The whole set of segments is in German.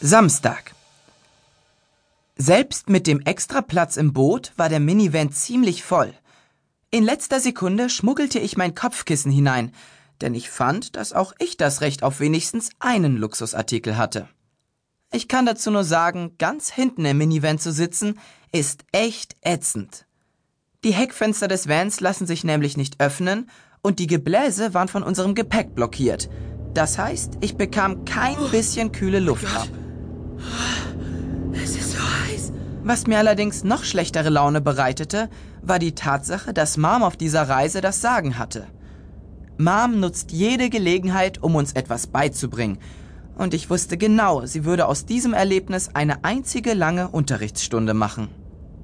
Samstag. Selbst mit dem Extraplatz im Boot war der Minivan ziemlich voll. In letzter Sekunde schmuggelte ich mein Kopfkissen hinein, denn ich fand, dass auch ich das Recht auf wenigstens einen Luxusartikel hatte. Ich kann dazu nur sagen, ganz hinten im Minivan zu sitzen, ist echt ätzend. Die Heckfenster des Vans lassen sich nämlich nicht öffnen und die Gebläse waren von unserem Gepäck blockiert. Das heißt, ich bekam kein bisschen kühle Luft ab. Es ist so heiß. Was mir allerdings noch schlechtere Laune bereitete, war die Tatsache, dass Mom auf dieser Reise das Sagen hatte. Mom nutzt jede Gelegenheit, um uns etwas beizubringen. Und ich wusste genau, sie würde aus diesem Erlebnis eine einzige lange Unterrichtsstunde machen.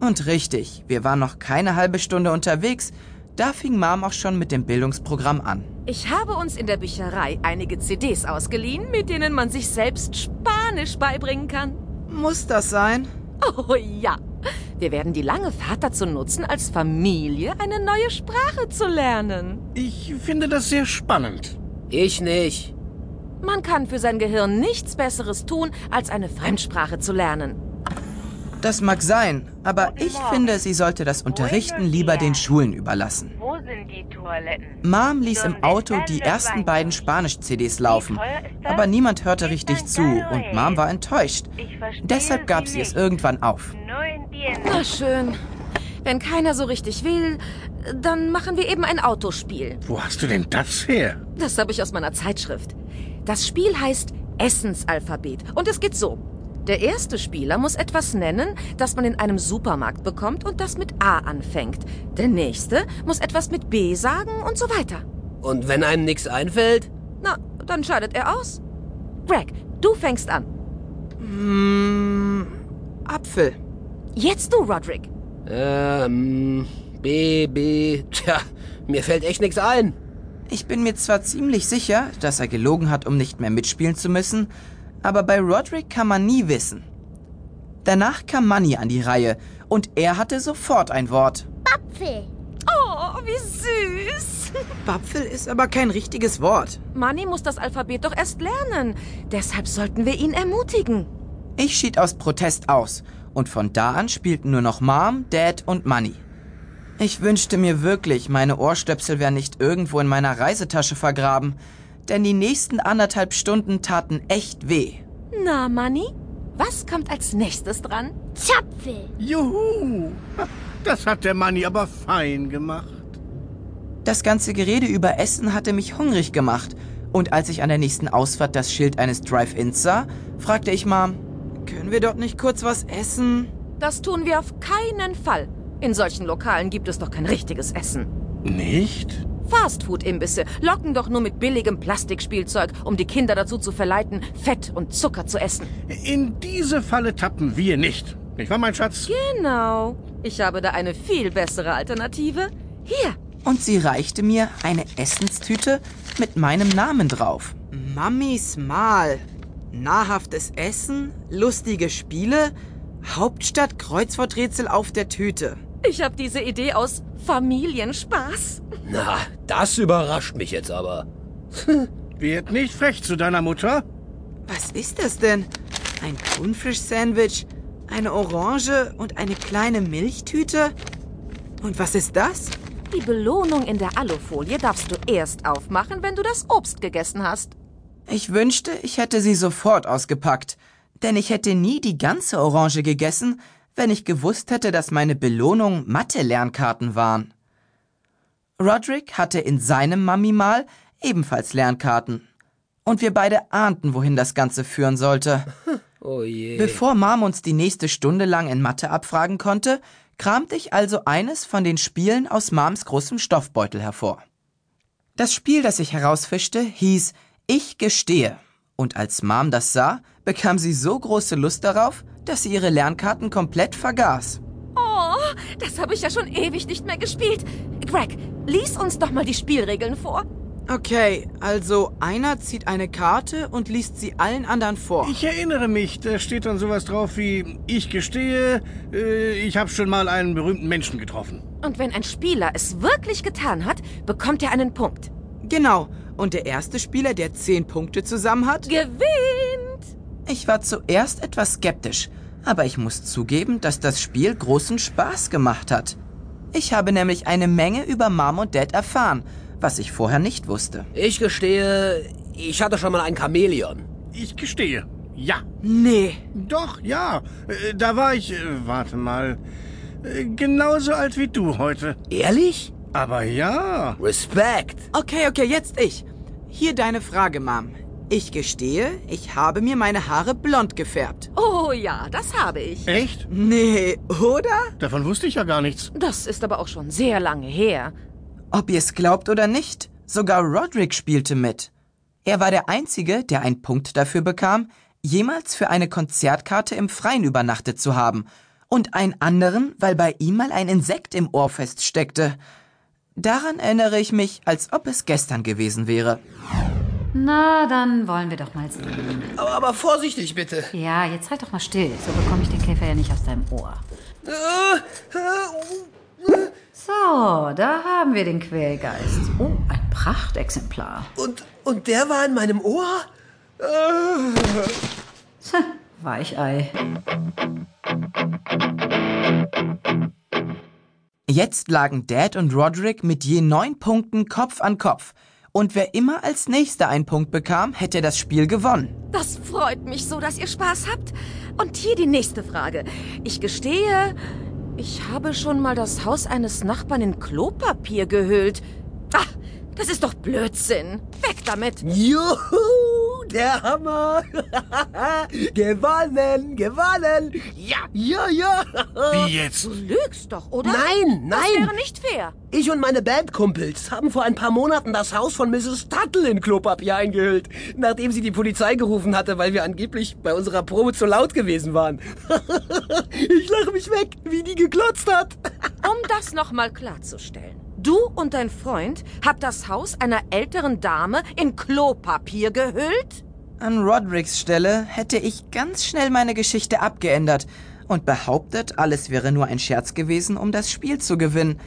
Und richtig, wir waren noch keine halbe Stunde unterwegs, da fing Mom auch schon mit dem Bildungsprogramm an. Ich habe uns in der Bücherei einige CDs ausgeliehen, mit denen man sich selbst Spanisch beibringen kann. Muss das sein? Oh ja. Wir werden die lange Fahrt dazu nutzen, als Familie eine neue Sprache zu lernen. Ich finde das sehr spannend. Ich nicht. Man kann für sein Gehirn nichts Besseres tun, als eine Fremdsprache zu lernen. Das mag sein, aber ich finde, sie sollte das Unterrichten lieber den Schulen überlassen. Wo sind die Toiletten? Mom ließ im Auto die ersten beiden Spanisch-CDs laufen, aber niemand hörte richtig zu und Mom war enttäuscht. Ich verstehe Deshalb gab sie es nicht. irgendwann auf. Nur in dir. Na schön. Wenn keiner so richtig will, dann machen wir eben ein Autospiel. Wo hast du denn das her? Das habe ich aus meiner Zeitschrift. Das Spiel heißt Essensalphabet und es geht so. Der erste Spieler muss etwas nennen, das man in einem Supermarkt bekommt und das mit A anfängt. Der nächste muss etwas mit B sagen und so weiter. Und wenn einem nichts einfällt? Na, dann scheidet er aus. Greg, du fängst an. Apfel. Jetzt du, Roderick. Ähm, B, B. Tja, mir fällt echt nichts ein. Ich bin mir zwar ziemlich sicher, dass er gelogen hat, um nicht mehr mitspielen zu müssen, aber bei Roderick kann man nie wissen. Danach kam Manny an die Reihe und er hatte sofort ein Wort. Oh, wie süß. Bapfel ist aber kein richtiges Wort. Manny muss das Alphabet doch erst lernen. Deshalb sollten wir ihn ermutigen. Ich schied aus Protest aus und von da an spielten nur noch Mom, Dad und Money. Ich wünschte mir wirklich, meine Ohrstöpsel wären nicht irgendwo in meiner Reisetasche vergraben, denn die nächsten anderthalb Stunden taten echt weh. Na, Manny, was kommt als nächstes dran? Juhu! Das hat der Manni aber fein gemacht. Das ganze Gerede über Essen hatte mich hungrig gemacht und als ich an der nächsten Ausfahrt das Schild eines Drive-Ins sah, fragte ich Mom, können wir dort nicht kurz was essen? Das tun wir auf keinen Fall. In solchen Lokalen gibt es doch kein richtiges Essen. Nicht? Fastfood-Imbisse locken doch nur mit billigem Plastikspielzeug, um die Kinder dazu zu verleiten, Fett und Zucker zu essen. In diese Falle tappen wir nicht. Nicht wahr, mein Schatz? Genau. Ich habe da eine viel bessere Alternative. Hier. Und sie reichte mir eine Essenstüte mit meinem Namen drauf. Mammis Mahl. Nahrhaftes Essen, lustige Spiele, Hauptstadt Kreuzworträtsel auf der Tüte. Ich habe diese Idee aus Familienspaß. Na, das überrascht mich jetzt aber. Werd nicht frech zu deiner Mutter. Was ist das denn? Ein Thunfisch-Sandwich, eine Orange und eine kleine Milchtüte? Und was ist das? Die Belohnung in der Alufolie darfst du erst aufmachen, wenn du das Obst gegessen hast. Ich wünschte, ich hätte sie sofort ausgepackt, denn ich hätte nie die ganze Orange gegessen, wenn ich gewusst hätte, dass meine Belohnung Mathe-Lernkarten waren. Roderick hatte in seinem Mami-Mal ebenfalls Lernkarten. Und wir beide ahnten, wohin das Ganze führen sollte. Oh je. Bevor Mom uns die nächste Stunde lang in Mathe abfragen konnte, kramte ich also eines von den Spielen aus Moms großem Stoffbeutel hervor. Das Spiel, das ich herausfischte, hieß Ich gestehe. Und als Mom das sah, bekam sie so große Lust darauf, dass sie ihre Lernkarten komplett vergaß. Oh, das habe ich ja schon ewig nicht mehr gespielt. Greg, lies uns doch mal die Spielregeln vor. Okay, also einer zieht eine Karte und liest sie allen anderen vor. Ich erinnere mich, da steht dann sowas drauf wie, ich gestehe, äh, ich habe schon mal einen berühmten Menschen getroffen. Und wenn ein Spieler es wirklich getan hat, bekommt er einen Punkt. Genau. Und der erste Spieler, der zehn Punkte zusammen hat? Gewinnt! Ich war zuerst etwas skeptisch, aber ich muss zugeben, dass das Spiel großen Spaß gemacht hat. Ich habe nämlich eine Menge über Mom und Dad erfahren, was ich vorher nicht wusste. Ich gestehe, ich hatte schon mal ein Chamäleon. Ich gestehe. Ja. Nee. Doch, ja. Äh, Da war ich, äh, warte mal, äh, genauso alt wie du heute. Ehrlich? Aber ja. Respekt. Okay, okay, jetzt ich. Hier deine Frage, Mom. Ich gestehe, ich habe mir meine Haare blond gefärbt. Oh ja, das habe ich. Echt? Nee, oder? Davon wusste ich ja gar nichts. Das ist aber auch schon sehr lange her. Ob ihr es glaubt oder nicht, sogar Roderick spielte mit. Er war der Einzige, der einen Punkt dafür bekam, jemals für eine Konzertkarte im Freien übernachtet zu haben. Und einen anderen, weil bei ihm mal ein Insekt im Ohr feststeckte. Daran erinnere ich mich, als ob es gestern gewesen wäre. Na, dann wollen wir doch mal sehen. Aber, aber vorsichtig bitte. Ja, jetzt halt doch mal still. So bekomme ich den Käfer ja nicht aus deinem Ohr. So, da haben wir den Quälgeist. Oh, ein Prachtexemplar. Und, und der war in meinem Ohr? Weichei. Jetzt lagen Dad und Roderick mit je neun Punkten Kopf an Kopf. Und wer immer als nächster einen Punkt bekam, hätte das Spiel gewonnen. Das freut mich so, dass ihr Spaß habt. Und hier die nächste Frage. Ich gestehe, ich habe schon mal das Haus eines Nachbarn in Klopapier gehüllt. Ah, das ist doch Blödsinn. Weg damit. Juhu, der Hammer. gewonnen, gewonnen. Ja, ja, ja. Äh. Wie jetzt? Du lügst doch, oder? Nein, Das nein. wäre nicht fair. Ich und meine Bandkumpels haben vor ein paar Monaten das Haus von Mrs. Tuttle in Klopapier eingehüllt, nachdem sie die Polizei gerufen hatte, weil wir angeblich bei unserer Probe zu laut gewesen waren. ich lache mich weg, wie die geklotzt hat. Um das nochmal klarzustellen. Du und dein Freund habt das Haus einer älteren Dame in Klopapier gehüllt? An Rodericks Stelle hätte ich ganz schnell meine Geschichte abgeändert und behauptet, alles wäre nur ein Scherz gewesen, um das Spiel zu gewinnen.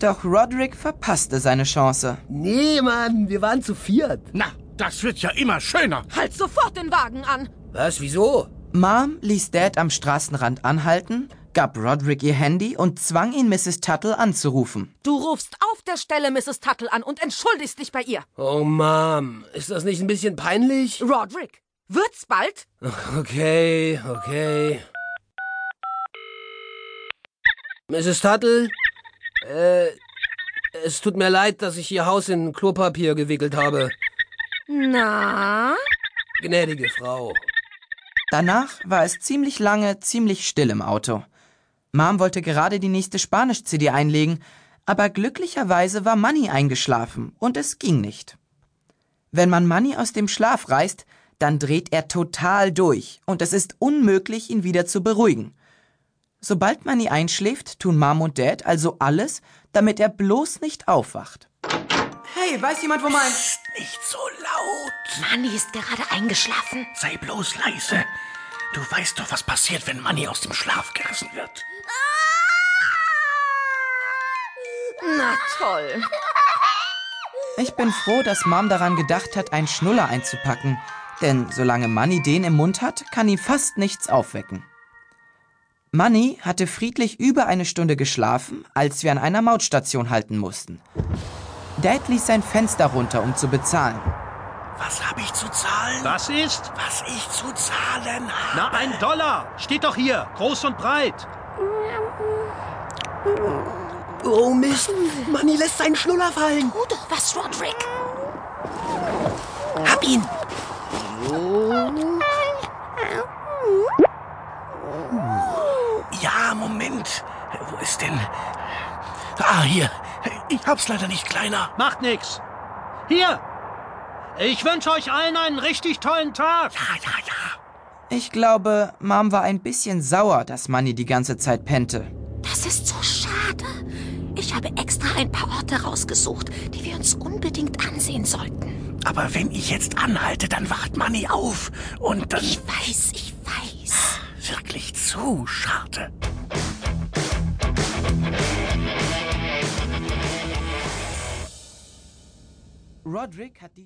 Doch Roderick verpasste seine Chance. Nee, Mann, wir waren zu viert. Na, das wird ja immer schöner. Halt sofort den Wagen an. Was, wieso? Mom ließ Dad am Straßenrand anhalten, gab Roderick ihr Handy und zwang ihn, Mrs. Tuttle anzurufen. Du rufst auf der Stelle Mrs. Tuttle an und entschuldigst dich bei ihr. Oh, Mom, ist das nicht ein bisschen peinlich? Roderick, wird's bald? Okay, okay. Mrs. Tuttle, äh, es tut mir leid, dass ich Ihr Haus in Klopapier gewickelt habe. Na? Gnädige Frau. Danach war es ziemlich lange ziemlich still im Auto. Mom wollte gerade die nächste Spanisch-CD einlegen, aber glücklicherweise war Manny eingeschlafen und es ging nicht. Wenn man Manny aus dem Schlaf reißt, dann dreht er total durch und es ist unmöglich, ihn wieder zu beruhigen. Sobald Manny einschläft, tun Mom und Dad also alles, damit er bloß nicht aufwacht. Hey, weiß jemand, wo mein... Nicht so laut. Manni ist gerade eingeschlafen. Sei bloß leise. Du weißt doch, was passiert, wenn Manny aus dem Schlaf gerissen wird. Na toll. Ich bin froh, dass Mom daran gedacht hat, einen Schnuller einzupacken, denn solange Manny den im Mund hat, kann ihn fast nichts aufwecken. Manny hatte friedlich über eine Stunde geschlafen, als wir an einer Mautstation halten mussten. Dad ließ sein Fenster runter, um zu bezahlen. Was habe ich zu zahlen? Das ist? Was ich zu zahlen habe? Na, ein Dollar. Steht doch hier, groß und breit. Oh Mist, Manni lässt seinen Schnuller fallen. Gut, was, Roderick? Hab ihn. Ja, Moment. Wo ist denn? Ah, hier. Ich hab's leider nicht kleiner. Macht nix. Hier. Ich wünsche euch allen einen richtig tollen Tag. Ah, ja, ja. Ich glaube, Mom war ein bisschen sauer, dass Manny die ganze Zeit pennte. Das ist so schade. Ich habe extra ein paar Orte rausgesucht, die wir uns unbedingt ansehen sollten. Aber wenn ich jetzt anhalte, dann wacht Manny auf. Und dann Weiß, ich weiß. wirklich zu schade. Roderick hat diese